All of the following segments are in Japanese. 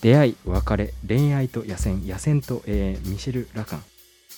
出会い別れ恋愛と野戦野戦と、えーミシェル・ラカン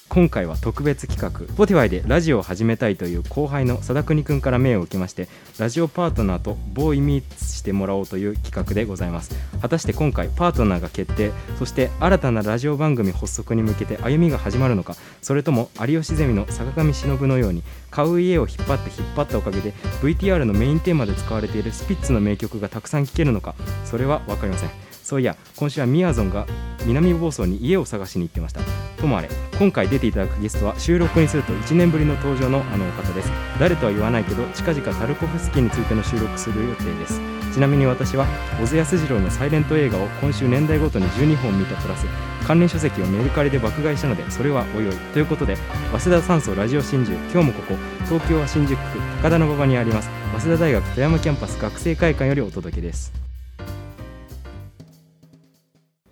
今回は特別企画 Spotify でラジオを始めたいという後輩の貞邦くんから命を受けましてラジオパートナーとボーイミーツしてもらおうという企画でございます果たして今回パートナーが決定そして新たなラジオ番組発足に向けて歩みが始まるのかそれとも有吉ゼミの坂上忍のように買う家を引っ張って引っ張ったおかげで VTR のメインテーマで使われているスピッツの名曲がたくさん聴けるのかそれは分かりませんそういや今週はみやぞんが南房総に家を探しに行ってましたともあれ今回出ていただくゲストは収録にすると1年ぶりの登場のあのお方です誰とは言わないけど近々タルコフスキーについての収録する予定ですちなみに私は小津安二郎のサイレント映画を今週年代ごとに12本見たプラス関連書籍をメルカリで爆買いしたのでそれはおいおいということで早稲田山荘ラジオ真珠今日もここ東京は新宿区高田馬場にあります早稲田大学富山キャンパス学生会館よりお届けです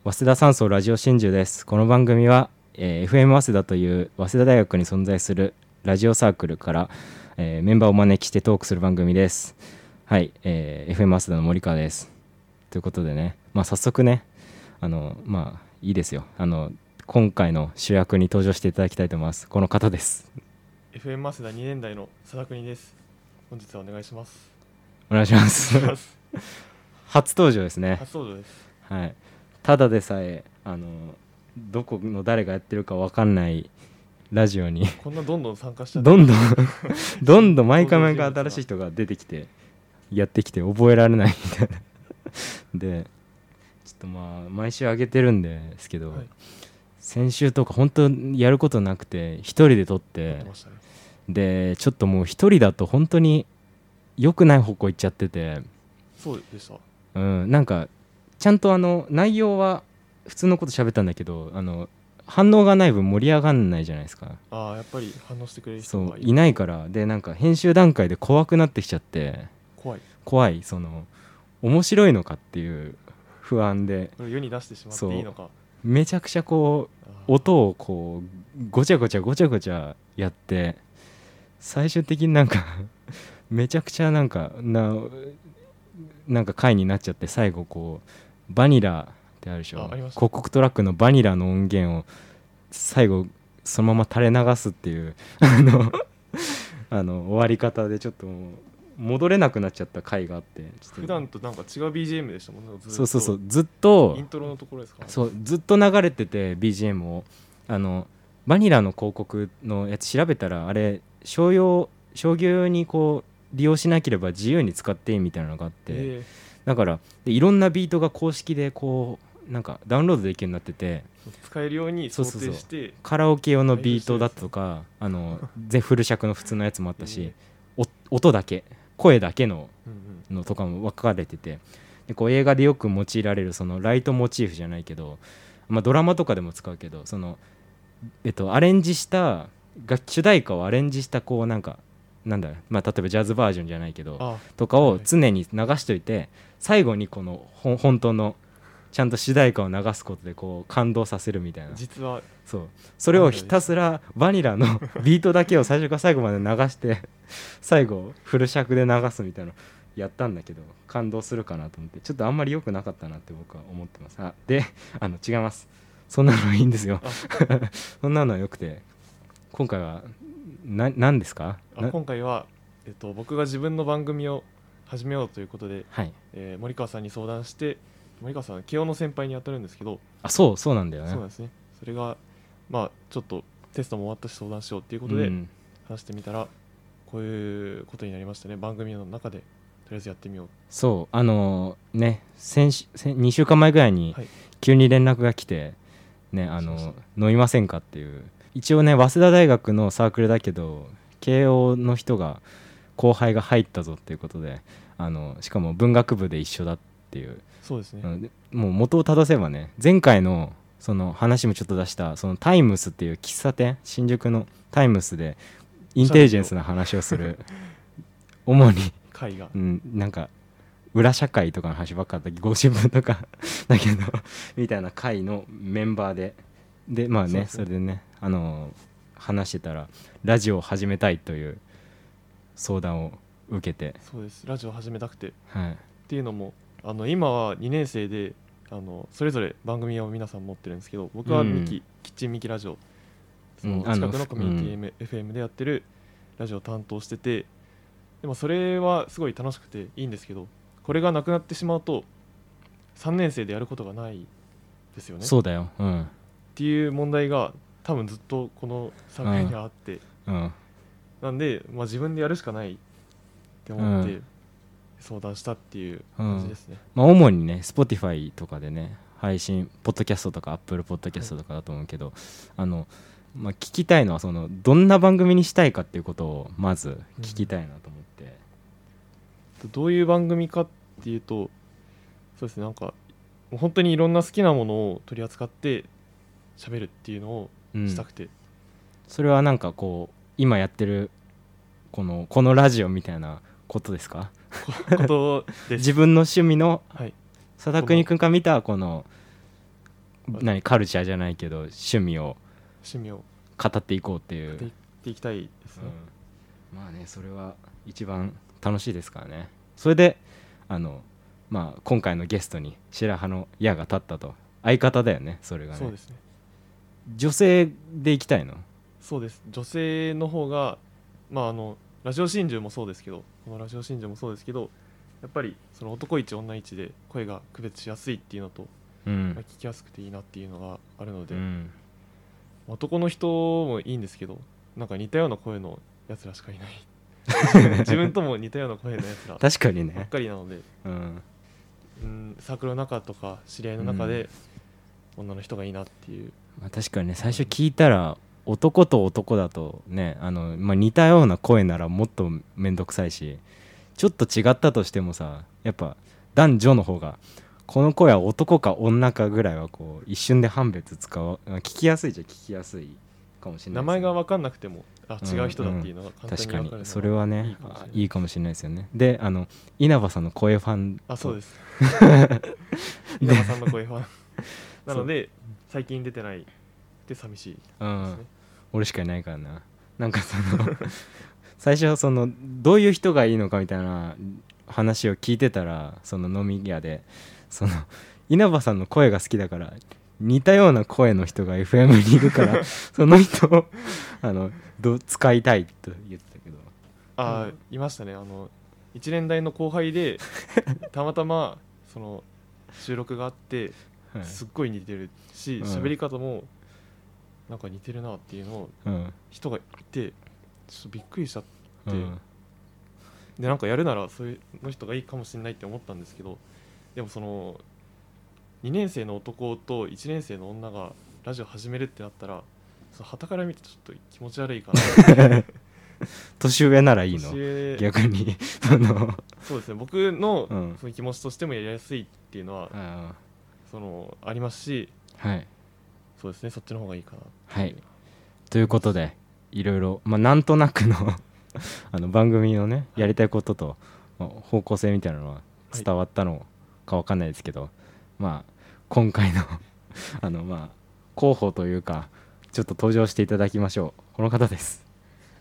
早稲田山荘ラジオ真珠ですこの番組は、えー FM 早稲田という早稲田大学に存在するラジオサークルから、えーメンバーをお招きしてトークする番組ですはい、えー FM 早稲田の森川ですということでね、まあ、早速ねあのまあいいですよあの今回の主役に登場していただきたいと思いますこの方です FM マスダ2年代の佐田国です。本日はお願い します。お願いします 初初登場ですね登場です。はい、ただでさえあのどこの誰がやってるかわかんないラジオにこんなどんどん参加しちゃってどんど んどんどん毎回毎回新しい人が出てきてやってきて覚えられないみたいなでちょっとまあ毎週上げてるんですけど、はい先週とか本当やることなくて一人で撮っやっててましたね。でちょっともう一人だと本当に良くない方向行っちゃってて。そうでした。うん、なんかちゃんとあの内容は普通のこと喋ったんだけどあの反応がない分盛り上がんないじゃないですかああ、やっぱり反応してくれる人そうがいいるないからでなんか編集段階で怖くなってきちゃって怖い。怖いその面白いのかっていう不安でこれ世に出してしまっていいのか。めちゃくちゃこうあー音をこうごちゃごちゃごちゃごちゃやって最終的になんか めちゃくちゃなんかななんか回になっちゃって最後こうバニラってあるでしょあありま広した告トラックのバニラの音源を最後そのまま垂れ流すっていう あのあの終わり方でちょっともう戻れなくなっちゃった回があってちょっと普段となんか違う BGM でしたもんね。ずっとそうそうそう。ずっとイントロのところですか。そうずっと流れてて BGM をあのバニラの広告のやつ調べたらあれ商用商業用にこう利用しなければ自由に使っていいみたいなのがあって、えだからでいろんなビートが公式でこうなんかダウンロードできるようになっててえ使えるように想定して。カラオケ用のビートだとかあの全フル尺の普通のやつもあったし、お音だけ声だけのうんうんのとかも分かれててでこう映画でよく用いられるそのライトモチーフじゃないけど、まあ、ドラマとかでも使うけどその、えっと、アレンジした楽主題歌をアレンジしたこうなんかなんだ、まあ、例えばジャズバージョンじゃないけどあとかを常に流しといて最後にこのほん本当のちゃんと主題歌を流すことでこう感動させるみたいあ、な実はそうそれをひたすらバニラの ビートだけを最初から最後まで流して最後フル尺で流すみたいなのやったんだけど感動するかなと思ってちょっとあんまり良くなかったなって僕は思ってますあであの違いますそんなのいいんですよあ そんなのはよくて今回はな何ですかあな今回はえっと僕が自分の番組を始めようということで、はいえー森川さんに相談して、森川さんは慶応の先輩に当たるんですけど。あそうそうなんだよねそうなんですね。それが、まあ、ちょっとテストも終わったし相談しようっていうことうでん話してみたら、こういうことになりましたね。番組の中で、とりあえずやってみよう。そうあのね先週先2週間前ぐらいにはい急に連絡が来て、ねあそうのそ飲みませんかっていう一応ね早稲田大学のサークルだけど慶応の人が後輩が入ったぞっていうことであのしかも文学部で一緒だっていうそうですね。なのでもう元を正せばね前回のその話もちょっと出したそのタイムスっていう喫茶店新宿のタイムスでインテリジェンスの話をす る主に会がう。ん、なんか裏社会とかの話ばっかだけゴシップとか だけどみたいな会のメンバーででまあそうねですそねれでねあのー話してたらラジオを始めたいという相談を受けて、そうです。ラジオ始めたくて。っはい、ていうのも、あの今は2年生で、ああのそれぞれ番組を皆さん持ってるんですけど僕はミキ、うキッチンミキラジオそうんのあの近くのコミュニティ M FM でやってるラジオを担当しててでもそれはすごい楽しくていいんですけどこれがなくなってしまうと3年生でやることがないですよねっそうだようんていう問題が多分ずっとこの3年にはあって、うんなんで、まあ、自分でやるしかないって思っうてん相談したっていう感じですね、まあ、主にね Spotify とかでね配信ポッドキャストとか Apple ポッドキャストとかだと思うけど、あのまあ、聞きたいのはそのどんな番組にしたいかっていうことをまず聞きたいなと思って、どういう番組かっていうとそうですねなんかもう本当にいろんな好きなものを取り扱って喋るっていうのをうんしたくて、それはなんかこう今やってるこのこのラジオみたいなことですかことです 自分の趣味のはい佐田邦君が見たこのの何カルチャーじゃないけど趣味を趣味を語っていこうっていやう、っていっていきたいですね、うんまあねそれは一番楽しいですからねそれであのまあ今回のゲストに白羽の矢が立ったと相方だよねそれがそうねですね女性で行きたいのそうです女性の方がまああのラジオ真珠もそうですけどこのラジオ真珠もそうですけどやっぱりその男一女一で声が区別しやすいっていうのと、うまあん、聞きやすくていいなっていうのがあるのうで、ん、男の人もいいんですけどなんか似たような声のやつらしかいない自 分自分とも似たような声のやつらば確かにっね、かりなので、うん、うん、サークルの中とか知り合いの中で女の人がいいなっていう、まあ、確かにね最初聞いたら男と男だとねあの、まあ、似たような声ならもっと面倒くさいしちょっと違ったとしてもさやっぱ男女の方がこの声は男か女かぐらいはこう一瞬で判別使う聞きやすいじゃ聞きやすいかもしれないですね、名前が分かんなくてもあ違う人だっていうのが簡単確にか分かるのがにそれはいいねかもしれないあいいかもしれないですよねであの稲葉さんの声ファンあそうです す稲葉さんの声ファンなので最近出てないで寂しいですうねん、俺しかいないからななんかその 最初はそのどういう人がいいのかみたいな話を聞いてたらその飲み屋でその稲葉さんの声が好きだから似たような声の人が FM にいるから その人をあのど使いたいと言ってたけどあうあんいましたねあの一年大の後 輩でたまたまその収録があって、はいすっごい似てるしうん喋、り方もなんか似てるなっていうのをうん人がいてちょっとびっくりしちゃっうんてでなんかやるならそういうの人がいいかもしれないって思ったんですけどでもその2年生の男と1年生の女がラジオ始めるってなったらはたから見てちょっと気持ち悪いかな年上ならいいの年上逆に そのそうですね僕のうんその気持ちとしてもやりやすいっていうのは、あそのありますしーはいそうですねそっちの方がいいかなはいということでいろいろ、まあ、なんとなくの あの番組のねやりたいことと、まあ方向性みたいなのは伝わったのかわかんないですけど、まあ今回の あのまあ候補というかちょっと登場していただきましょうこの方です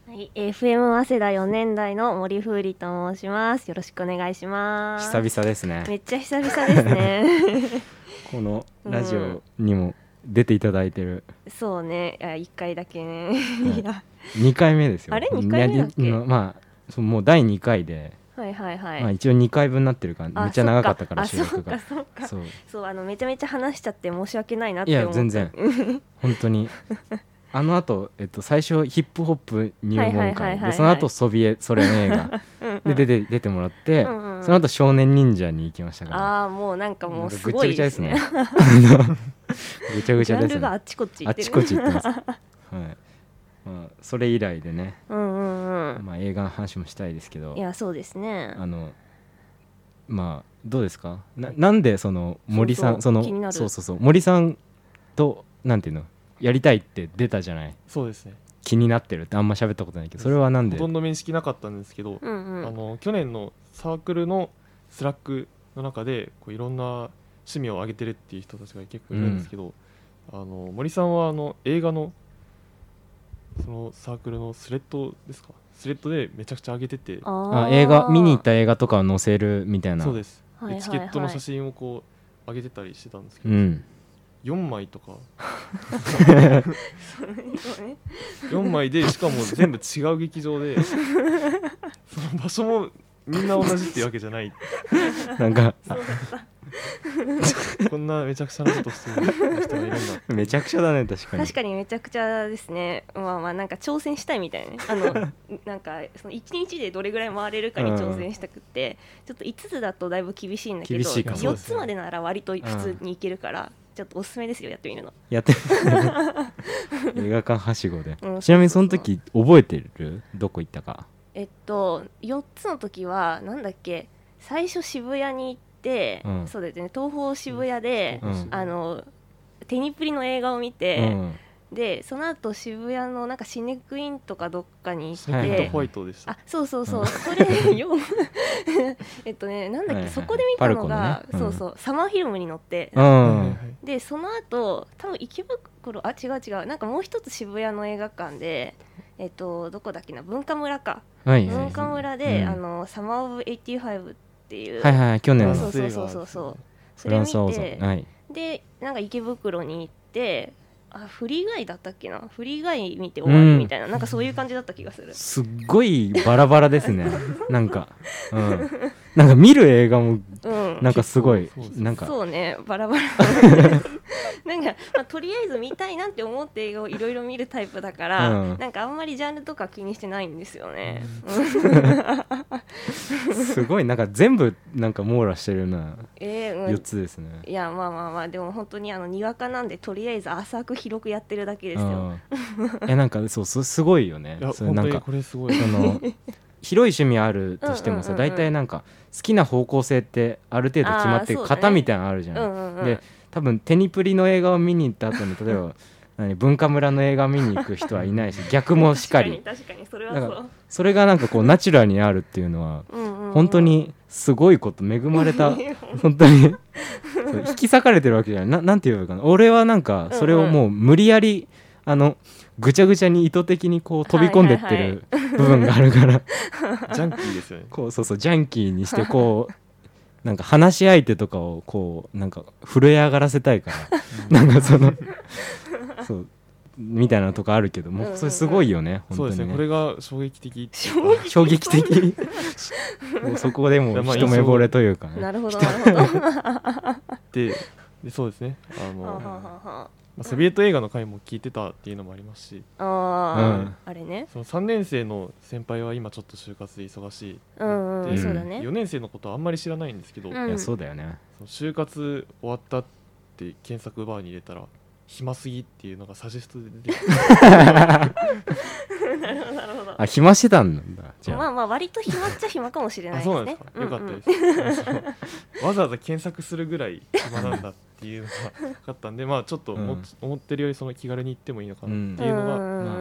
はい、FM 早稲田4年代の森風里と申します。よろしくお願いします。久々ですめねっちゃ久々ですね。 このラジオにも出ていただいてるそうね、あ一回だけね。はいいや2回目ですよあれ二回目だっけいやりまあそうもう第2回で、はいはいはい。まあ、一応2回分になってるからあめっちゃ長かったからそ収っあそ録うかがそうか。そうそうあのめちゃめちゃ話しちゃって申し訳ないなっいて思やう。全然本当 にあのあと、えっと、最初ヒップホップ入はいは門いはいはい会はいでその後ソビエソ連映画 うんでうん出て出てもらってうんうんその後少年忍者に行きましたからああもうなんかもなんうかすぐちごゃぐいちゃでですすねね。ぐちゃぐジちゃ ャンですルねがああっちこっち行ってる。ちこっち行ってますはいまあそれ以来でねうんうんうん。まあ映画の話もしたいですけどいやそうですね。あのまあどうですかななんでその森さんそうそそうの気になるそうそうそう森さんとなんていうのやりたいって出たじゃないそうですね気になってるってあんま喋ったことないけどそれはなんほでとんど面識なかったんですけど、うんうあん。の去年のサークルのスラックの中でこういろんな趣味を上げてるっていう人たちが結構いるんですけど、あの森さんはあの映画のそのサークルのスレッドですかスレッドでめちゃくちゃ上げててああ映画見に行った映画とかを載せるみたいなそうです、はいはいはいでチケットの写真をこう上げてたりしてたんですけうど、ん4枚とか そうね4枚でしかも全部違う劇場でその場所もみんな同じっていうわけじゃないなんかそうだったこんなめちゃくちゃなことしてる人がいるんだめちゃくちゃだね確かに確かにめちゃくちゃですねまあまあなんか挑戦したいみたいなねあの なんかその1日でどれぐらい回れるかに挑戦したくって、ちょっと5つだとだいぶ厳しいんだけど厳しいかそう4ですつねまでなら割と普通にいけるから、ちょっとおすすめですよやってみるのや って映画館はしごで、うんちなみにその時覚えてるどこ行ったかえっと4つの時はなんだっけ最初渋谷に行って、うんそうですね東宝渋谷で、うんあのテニプリの映画を見うて、んでその後渋谷のなんかシネクイーンとかどっかにシ行ネっクて、イーンとホワイトでしたあそうそうそううんそれ よえっとねなんだっけ、はいはいそこで見たのがパルコのねうんそうそうサマーフィルムに乗って、うんはいはいでその後多分池袋あ違う違うなんかもう一つ渋谷の映画館でえっとどこだっけな文化村かはいはい文化村で、うんあのサマーオブ85っていう、はいはい去年うのフんそうそうそうそうそれラン見ス王像てはいでなんか池袋に行ってあフリーガイだったっけなフリーガイ見て終わりみたいな、なんかそういう感じだった気がするすっごいバラバラですね なんか、うん、なんか見る映画もうんなんかすごい結構そうですねなんかそうねバラバラ なんか、まあ、とりあえず見たいなって思って映画をいろいろ見るタイプだから、うんなんかあんまりジャンルとか気にしてないんですよね、すごいなんか全部なんか網羅してるようなえーうん4つですね、いやまあまあまあでも本当にあのにわかなんでとりあえず浅く広くやってるだけですよ、うんいやなんかそうそうすごいよねいやそれ本な当んにかこれす ごいその広い趣味あるとしてもさうんうんうんう大ん体なんか好きな方向性ってある程度決まってあーそうだね型みたいなのあるじゃん。うんうんうんで多分テニプリの映画を見に行った後に例えば何文化村の映画見に行く人はいないし逆もしかり確かに確かにそれはなんそかうそれがなんかこうナチュラルにあるっていうのはうんうんうん本当にすごいこと恵まれたいや本当にそう引き裂かれてるわけじゃないななんて言えばいいかな俺はなんかそれをもう無理やりあのぐちゃぐちゃに意図的にこう飛び込んでってる部分があるからジャンキーですよねこうそうそうジャンキーにしてこう なんか話し相手とかをこうなんか震え上がらせたいからなんかそのそうみたいなとこあるけどうんうんもうんそれすごいよねそう本です当ねにこねれが衝撃的衝撃衝撃的もうそこでもうまあ一目惚れという かなねるほどなるほどはででそうですねああはの、まあはあ、ソビエト映画の回も聞いてたっていうのもありますしああーうんあれねその3年生の先輩は今ちょっと就活で忙しいうんうん、でそうだね4年生のことはあんまり知らないんですけど、うんいやそうだよねその就活終わったって検索バーに入れたら「暇すぎ」っていうのがサジェストで出てきてなるほどなるほどあ暇してたんだじまゃあまあ割と暇っちゃ暇かもしれないあでそうなんすでね。す。か、よかったですすそうわざわざ検索するぐらい暇なんだっていうのが分かったんでまあちょっと思,、うん思ってるよりその気軽に行ってもいいのかなってあいうのが、あ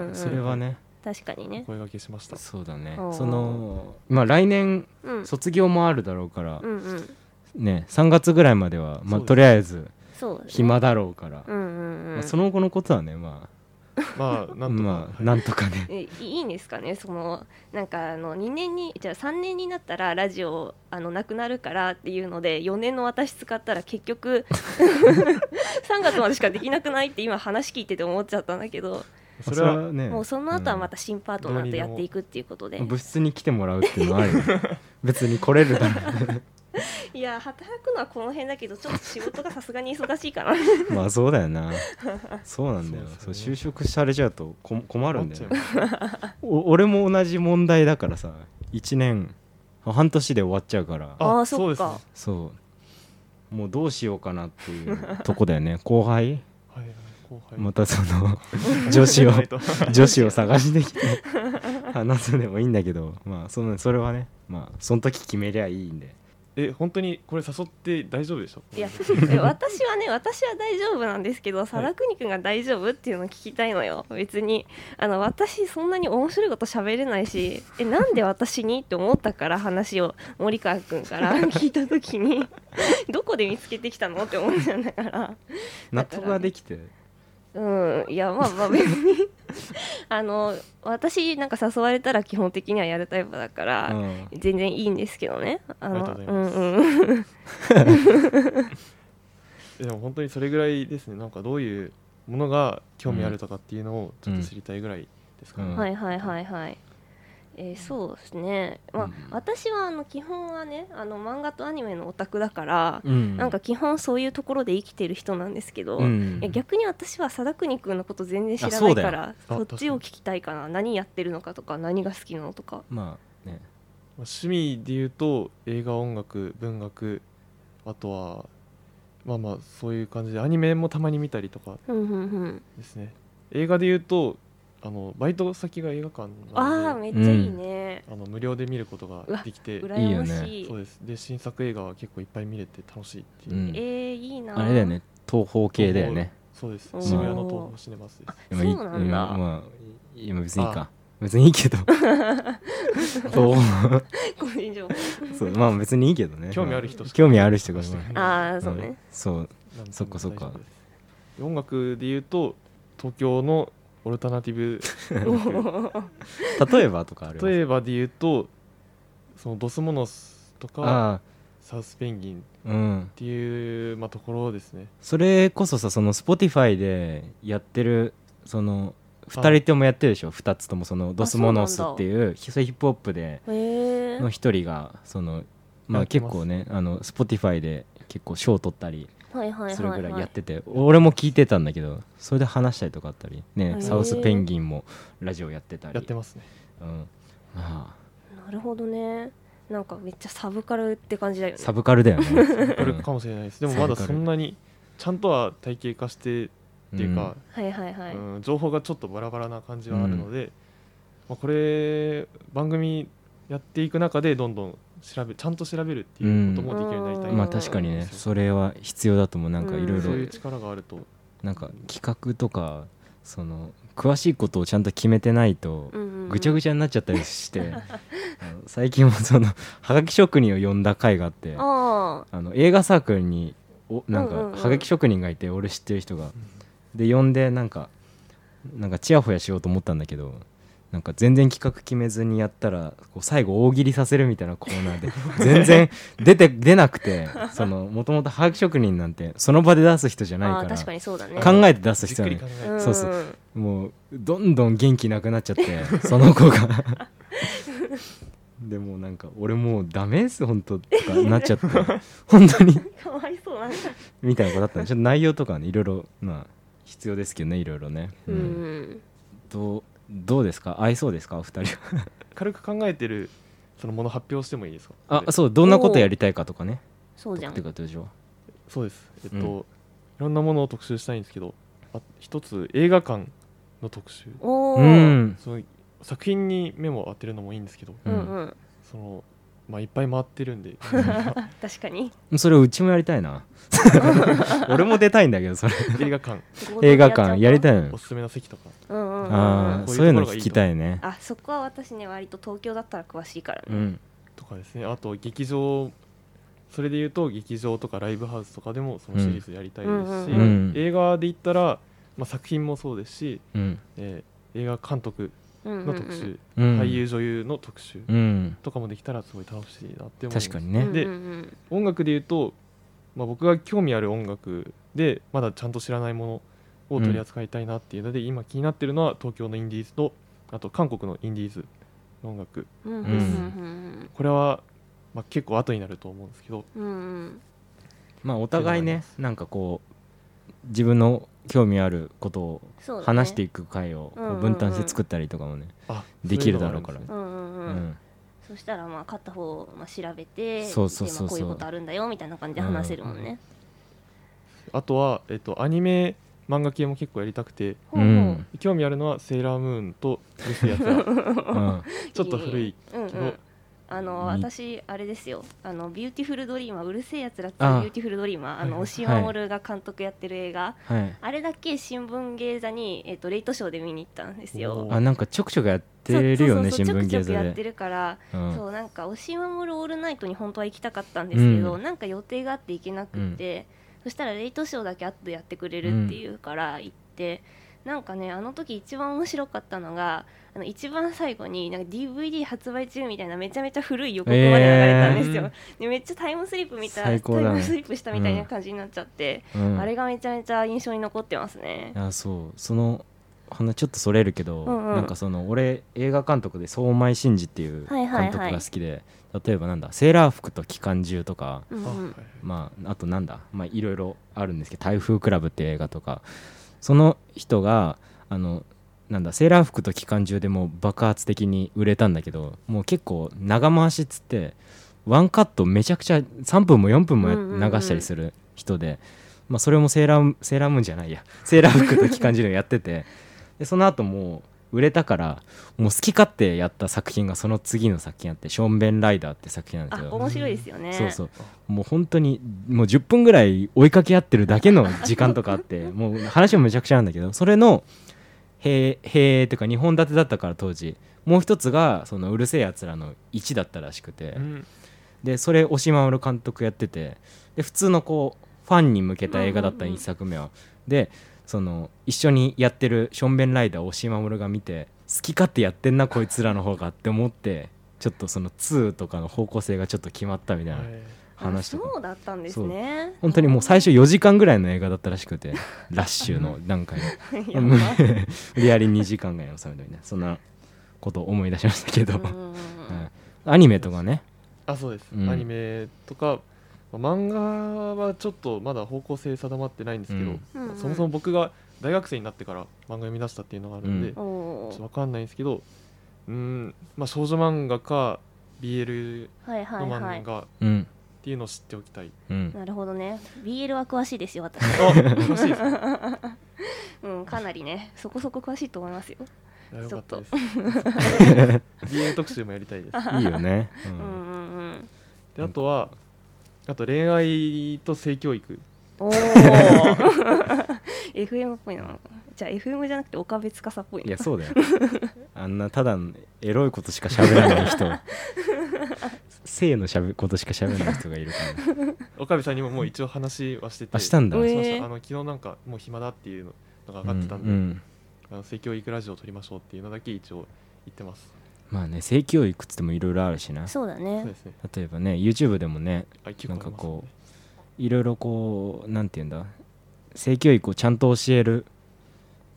まあそれはね確かにねお。声がけしましたそうだねおーそのまあ来年うん。卒業もあるだろうからうんうん。ね3月ぐらいまではまあそうですとりあえずそうだね。暇だろうからうんうんうまあん。その後のことはねままああなんとか、まあはいなんとかねえいいんですかね、そのなんかあの2年にじゃあ3年になったらラジオあのなくなるからっていうので4年の私使ったら結局 3月までしかできなくないって今話聞いてて思っちゃったんだけど、 それはねもうその後はまた新パートナーとやっていくっていうことで、部室に来てもらうっていうのはあるよ 別に来れるだろいや働くのはこの辺だけどちょっと仕事がさすがに忙しいからうまあそうだよなそうなんだよそそううですよね就職されちゃうとこ困るんだよ困っちゃいますお俺も同じ問題だからさ1年半年で終わっちゃうからああーそうですねそっかそうもうどうしようかなっていうとこだよね後輩はいはい後輩またその女 子をはいと女子を探してきて話すでもいいんだけどまあそのそれはねまあその時決めりゃいいんで え本当にこれ誘って大丈夫でしょいやえ私はね私は大丈夫なんですけど貞邦君が大丈夫っていうのを聞きたいのよ別にあの私そんなに面白いこと喋れないしえなんで私にって思ったから話を森川君から 聞いた時にどこで見つけてきたのって思っちゃうんだから納得ができてうんいやまあまあ別に あの私なんか誘われたら基本的にはやるタイプだから、うん全然いいんですけどねあありがのとうございますうんうんえでも本当にそれぐらいですねなんかどういうものが興味あるとかっていうのをちょっと知りたいぐらいですかね、うんはいはいはいはい。えーそうですね、まあうん私はあの基本はねあの漫画とアニメのオタクだから、うんなんか基本そういうところで生きてる人なんですけど、うんいや逆に私は貞邦君のこと全然知あらなそういだよからあそっちを聞きたいかな何やってるのかとか何が好きなのとかまあねまあ趣味で言うと映画音楽文学あとはまあまあそういう感じでアニメもたまに見たりとかふんふんふんですね映画で言うとあのバイト先が映画館あなーのでめっちゃいいね、あの無料で見ることができていい羨よまねしいそうですで新作映画は結構いっぱい見れて楽しいっていうう、んえー、いいなあれだよね東方系だよねそうですおー渋谷の東宝シネマスですでもいいそうなんだまあいや別にいいか別にいい けど東方 個人情報そうまあ別にいいけどね興味ある人しか興味ある人がしてないああそううねん、そうなんでそっかそっか大丈夫です音楽で言うと東京のオルタナテ ィブ おー例えばとかある例えばで言うとそのドスモノスとかあサウスペンギンっあうんていう、まあ、ところですねそれこそさその Spotify でやってるそのあ2人ともやってるでしょ2つともそのドスモノスそうなんだっていうそれヒップホップでへえの一人がそのまやあって結ます構ねあの Spotify で結構賞を取ったりはいはいはいはいするぐらいやってて俺も聞いてたんだけどそれで話したりとかあったりへねーサウスペンギンもラジオやってたりやってますねうんまあなるほどねなんかめっちゃサブカルって感じだよねサブカル だよねあるかもしれないですでもサブまカルだそんなにちゃんとは体系化してっていうか、はいはいはい、うん情報がちょっとバラバラな感じはあるので、まあ、これ番組やっていく中でどんどん調べちゃんと調べるっていうこともできるようになりたうい、んまあ確かにねそれは必要だと思うなんかいろいそろういう力があるとなんか企画とかその詳しいことをちゃんと決めてないとうんうんうんぐちゃぐちゃになっちゃったりして あの最近もそのはがき職人を呼んだ回があってああの映画サークルにおなんうんうんかうんはがき職人がいて俺知ってる人がで呼んでなんかなんかチヤホヤしようと思ったんだけどなんか全然企画決めずにやったらこう最後大喜利させるみたいなコーナー で全然出て出なくてそのもともとはがき職人なんてその場で出す人じゃあないあかーら確かにそうだね考えて出すじっ必く要なりい考えて、んそうそもうどんどん元気なくなっちゃってその子がでもうなんか俺もうダメです本当とかなっちゃって 本当にかわいそうなんだみたいな子だった んでちょっと内容とかはねいろいろまあ必要ですけどねいろいろね、う、うんんどうどうですか合いそうですかお二人は軽く考えてるそのもの発表してもいいですかあでそうどんなことやりたいかとかねそうじゃとかってんことでしょそうですえっと、うんいろんなものを特集したいんですけどあ一つ映画館の特集おお、う、んその作品に目も当てるのもいいんですけどうんうんそのまあいっぱい回ってる んで確かにそれをうちもやりたい な俺も出たいんだけどそれ映画館 映画館やりたいのよおすすめの席とかうんうんうんうんあああこういうそういうのところがい聞いときたいねそこは私ね割と東京だったら詳しいからうね、んとかですねあと劇場それで言うと劇場とかライブハウスとかでもそのシリーズやりたいですし、うんうんうん映画で言ったら、まあ、作品もそうですし、うんえー映画監督うんうんうのん特集、うん俳優女優の特集うんとかもできたらすごい楽しいなって思います確かにうんうんねでうん音楽で言うと、まあ、僕が興味ある音楽でまだちゃんと知らないものを取り扱いたいなっていうので、今気になってるのは東京のインディーズとあと韓国のインディーズの音楽うんうんうんこれは、まあ、結構後になると思うんですけどうんうんまあお互いっていうのがありまねすなんかこう自分の興味あることをそうだね話していく回をこうんうんううん分担して作ったりとかもねあできるだろうからそういうのがあるんですねうんうんううん、んそしたらまあ片方をまあ調べてそうそうそうそうでまあこういうことあるんだよみたいな感じで話せるもんね、あとは、えっと、アニメ漫画系も結構やりたくてうほうほうん興味あるのは「セーラームーン」と「ルスや つらうんちょっと古いうんうけどんあのに私あれですよあのビューティフルドリーマーうるせえやつらってああビューティフルドリーマーあのはい押井守が監督やってる映画、はいあれだけ新聞芸座にえっ、とレイトショーで見に行ったんですよおーあなんかちょくちょくやってるよねそ新うそうそう聞ち芸ょくちょくや座ってでるから、うんそうなんか押井守オールナイトに本当は行きたかったんですけど、うんなんか予定があって行けなくって、そしたらレイトショーだけあとやってくれるっていうから行って、なんかねあの時一番面白かったのがあの一番最後になんか DVD 発売中みたいなめちゃめちゃ古い予告まで流れたんですよ、でめっちゃタイムスリップみたい最高だねタイムスリップしたみたいな感じになっちゃって、うんあれがめちゃめちゃ印象に残ってますねいやそうその話ちょっとそれるけど、うんうんなんかその俺映画監督で相米真司っていうはい監はいはい督が好きで、例えばなんだセーラー服と機関銃とか、うんうあはいんまあ、あとなんだまあいろいろあるんですけど「台風クラブ」っていう映画とかその人があのなんだセーラー服と機関銃でもう爆発的に売れたんだけどもう結構長回しっつってワンカットめちゃくちゃ3分も4分もやうんうんうん流したりする人で、まあ、それもセーラーセーラームーンじゃないや セーラー服と機関銃でやっててでその後もう売れたからもう好き勝手やった作品がその次の作品あって「ションベンライダー」って作品なんだあけど面白いですよねそうそうもう本当にもう10分ぐらい追いかけ合ってるだけ の時間とかあってもう話もめちゃくちゃなんだけどそれのへーへーとか2本立てだったから当時もう一つがそのうるせえやつらの1だったらしくて、うんでそれ押間る監督やっててで普通のこうファンに向けた映画だったうんうんうん1作目は、でその一緒にやってるションベンライダーを押間るが見て好き勝手やってんなこいつらの方がって思ってちょっとその2とかの方向性がちょっと決まったみたいはない話とかそうだったんですね本当にもう最 初4時間ぐらいの映画だったらしくてラッシュの段階やばのリアル2時間ぐらいのサムドみたいなそんなことを思い出しましたけど、うんうんうんはいアニメとかねあそうです、うんアニメとかまあ漫画はちょっとまだ方向性定まってないんですけうど、んうんうんそもそも僕が大学生になってから漫画読み出したっていうのがあるんうで、んちょっおとーわかんないんですけどうん、まあ、少女漫画か BL はいはのいは漫い画っうんていうのを知っておきたい、うんなるほどね BL は詳しいですよ私あ詳しいです いうんかなりねそこそこ詳しいと思いますよやよかったですち BL 特集もやりたいですいいよね、ううんんうんうんであとはあと恋愛と性教育おお FM っぽいな じゃあ FM じゃなくて岡部司っぽいいなやそうだよあんなただのエロいことしか喋らない人性のしゃべことしか喋らない人がいるから岡部さんにももう一応話はしててあしたんだ、うしえましたーあの昨日なんかもう暇だっていうのが上うがってたんで、んあの性教育ラジオを撮りましょうっていうのだけ一応言ってますまあね性教育っつってもいろいろあるしなそうだそうねですね例えばね YouTube でもねあ結な構んかありますよこねういろいろこうなんて言うんだ性教育をちゃんと教える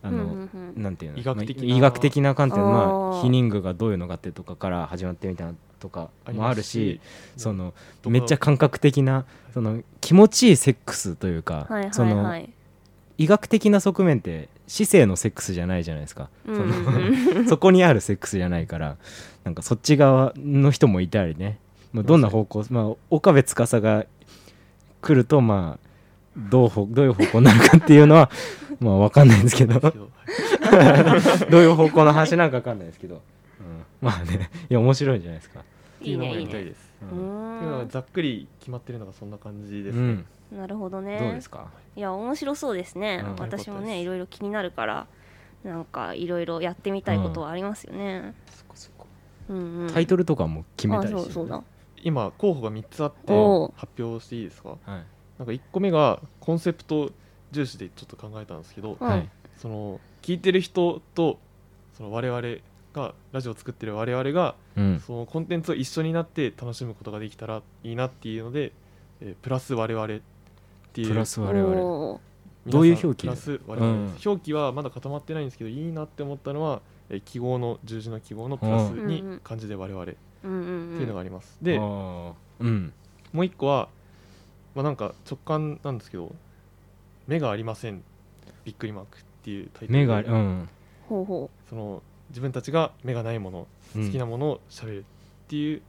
あの、うんうんうんなんていうの医学的なまあ医学的な観点まああー避妊具がどういうのかってとかから始まってみたいなとかもあるしそのめっちゃ感覚的なその気持ちいいセックスというか、はいそはいはのい医学的な側面って姿勢のセックスじゃないじゃないですか、うんそうんの そこにあるセックスじゃないからなんかそっち側の人もいたりね、まあ、どんな方向、まあ、岡部司が来るとまあどうほどういう方向になるかっていう のはまあ分かんないんですけどどどういう方向の話なんか分かんないですけど、うん、まあねいや面白いんじゃないですか。いいいいのねもやいいりたいねですううんっていうのはーざっくり決まってるのがそんな感じですうね、んんなるほどねどうですかいや面白そうですね、うんよ私もかったですねいろいろ気になるからなんかいろいろやってみたいことはありますよね、うんうん、タイトルとかも決めたりしあそうてそうだ今候補が3つあっておう発表していいですかはいなんか1個目がコンセプト重視でちょっと考えたんですけどうんはいその聞いてる人とその我々がラジオを作ってる我々がうんそのコンテンツを一緒になって楽しむことができたらいいなっていうので、えープラス我々っていうプラス我々おー皆さどんういう表記プラス我々です、う表記はまだ固まってないんですけどいいなって思ったのは、えー記号の十字の記号のプラスうにんうん漢字で我々ってうんうんうんいうのがあります、であもーうんう一個は、まあ、なんか直感なんですけど「目がありません」びっくりマークっていうタイトルで目がうんほうほその自分たちが目がないもの好好きなものを喋るっていう、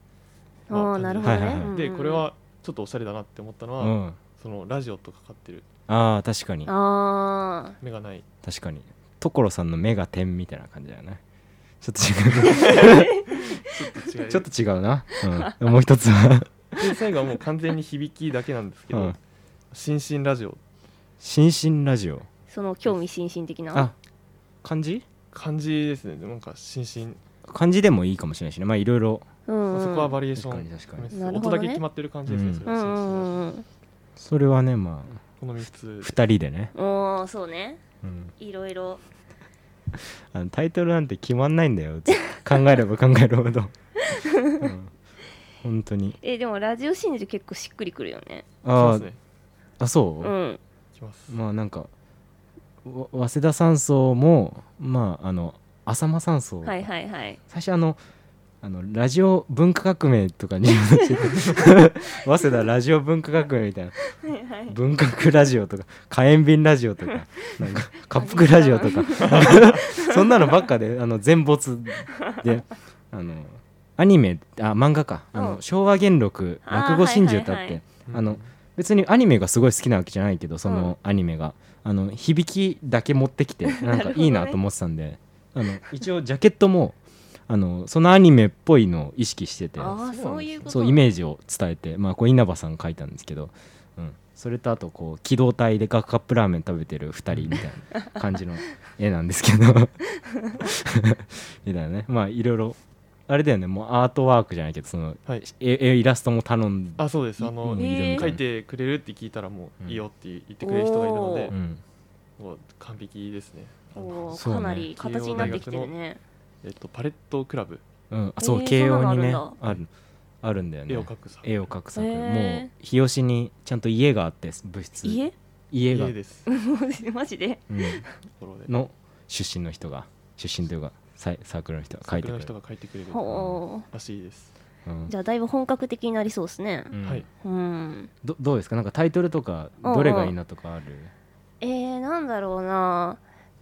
う、まああ感じなるでほどはね、いはいはいでこれはあちょっとおしゃれだなって思ったのは、うんそのラジオとかかってるああ確かにあ目 がない確かに所さんの目が点みたいな感じだよねちょっと違うちちょっと違うょっと違うな、うん、もう一つはで最後はもう完全に響きだけなんですけど、うん新進ラジオ「新進ラジオーその興味津々的」なあ漢字漢字ですねなんか新進、漢字でもいいかもしれないしねまあいろいろうんうんそこはバリエーショ確かにン確かにごめんなさいなるほ音どねだけ決まってる感じですね、うんそれうはん新う進それはラジオんうんねまこの3つあ2人でね、おーそうねうんいろいろあのタイトルなんて決まんないんだよ考えれば 考えるほど、うん、本当にえでもラジオ真珠結構しっくりくるよねあますーね。あそう、うん来ます。まあなんかわ早稲田山荘もまああの浅間山荘、はいはいはい最初あのあのラジオ文化革命とかに 早稲田ラジオ文化革命みたいなはいはい文革ラジオとか火炎瓶ラジオとかなん か滑覆ラジオとかそんなのばっかであの全没 であのアニメあ漫画かあの、うん昭和元禄あー落語真珠ってあって、はいはいはいあの別にアニメがすごい好きなわけじゃないけどそのアニメが、あの響きだけ持ってき てなんかいいなと思ってたんで、あの一応ジャケットもあのそのアニメっぽいのを意識しててああそういうことそうイメージを伝えてまあこれ稲葉さん書いたんですけど、うん、それとあとこう機動隊でガカップラーメン食べてる2人みたいな感じの絵なんですけど みたいなねまあいろいろあれだよねもうアートワークじゃないけどそのはい。絵絵イラストも頼んで、あ、そうです。あのうんえー書いてくれるって聞いたらもういいよって言ってくれる人がいるのでうう、ん、もう完璧ですね。あのおーそうねかなり形になってきてるねえっとパレットクラブうん、あそうえー慶そん応なのにねあるんあるあるんだよね絵を描く作絵を描く作、へーもう日吉にちゃんと家があって物質家家が家です。 マジでうんところで。の出身の人が出身というかサイサークルの人が描いてく作のれ人る、が描いてくれるほらしいです。うんうじゃあだいぶ本格的になりそうですねうんはいうんどどうですかなんかタイトルとかうんうんどれがいいなとかあるえー、なんだろうな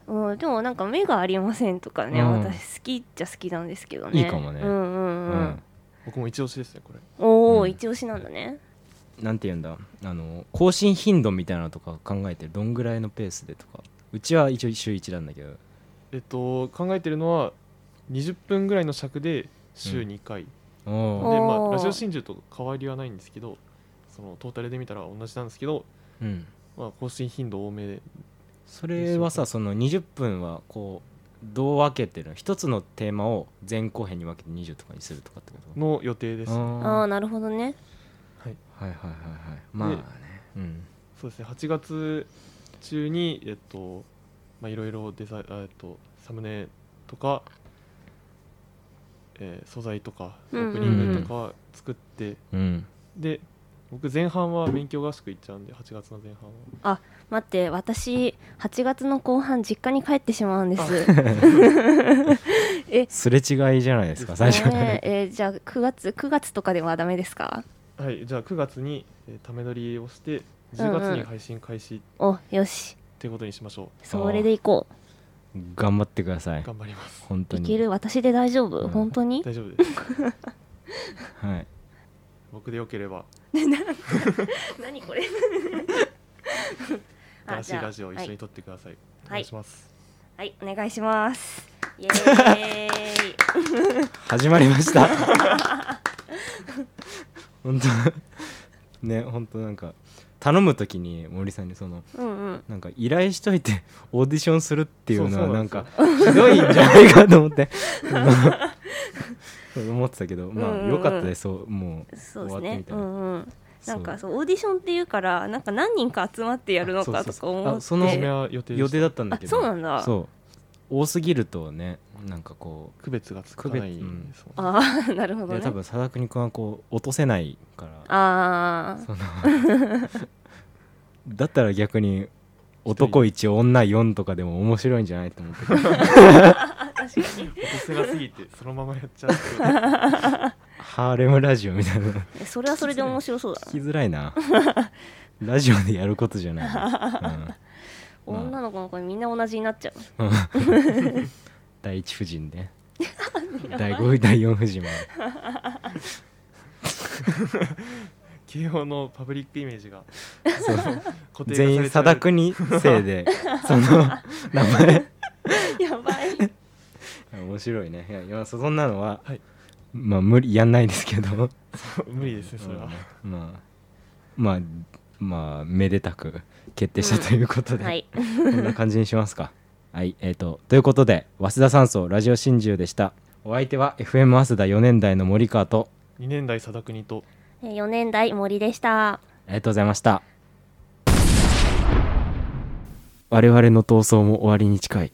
うん、でもなんか目がありませんとかね、うん私好きっちゃ好きなんですけどねいいかもねうんうんうん、僕も一押しですねこれ。おお、うん一押しなんだねなんて言うんだあの更新頻度みたいなのとか考えてどんぐらいのペースでとかうちは一応週1なんだけどえっと考えてるのは20分ぐらいの尺で週2回。おでーおまーあラジオ真珠と変わりはないんですけど、そのトータルで見たら同じなんですけど、うん、まあ更新頻度多めで。それはさその20分はこうどう分けてるの一つのテーマを前後編に分けて20とかにするとかってことの予定です、ね、あああーなるほどねーはいはいはいはいまあねうんそうですね8月中にえっとまあいろいろデザインあえっとサムネとか、えー素材とかオうんうんープニングとか作って、うんで僕前半は勉強合宿行っちゃうんで8月の前半は待って私8月の後半実家に帰ってしまうんですすれ違いじゃないですか最初ねええーじゃあ9月9月とかではダメですかはいじゃあ9月にえーため撮りをしてうん10月に配信開始っおよしてことにしましょう、それでいこ頑張ってください頑張ります本う当いにける私で大丈夫、うん本当に大丈夫ですはい僕でよければ何これ新しいラジオを一緒はにい、撮ってください、おは願いいします、はいお願いしますイエーイ始まりました本当ね本当なんか頼むときに森さんにそのうんうんなんか依頼しといてオーディションするっていうのはそうそうななんんですよかひどいんじゃないかと思って そう思ってたけどうんまうんあうんよかったですそうもうそう終ですわってねみ。たういなんうん。なんかそそうオーディションっていうからなんか何人か集まってやるのあそかとうかそうそう思っあて。その初めは予定うで予した定だったんだけどあそうなんだそう多すぎるとねなんかこ区別がつかな区い別うんですもんねああ なるほうどでね多。分佐田君はこう落とせないからあそのだったら逆に男1女4とかでも面白いんじゃないと思って あ確かに落とせなすぎてそのままやっちゃうってことハーレムラジオみたいなのえそれはそれで面白そうだ聞きづらい なラジオでやることじゃないな、まあ女の子の子みんな同じになっちゃ ううんうん第一夫人で第5第4夫人も 慶応のパブリックイメージがそう固定化されちゃう全員貞国生 でその名前やばい面白いねいやいやそそんなのは、はいまあ無理やんないですけど無理ですねそれは、うんまあまあまあめでたく決定したということで、はいこんな感じにしますか。はい、えー、と、ということで、早稲田山荘ラジオ真珠でした。お相手は FM 早稲田4年代の森川と、 2年代貞国とえー四年代森でした。ありがとうございました。我々の闘争も終わりに近い。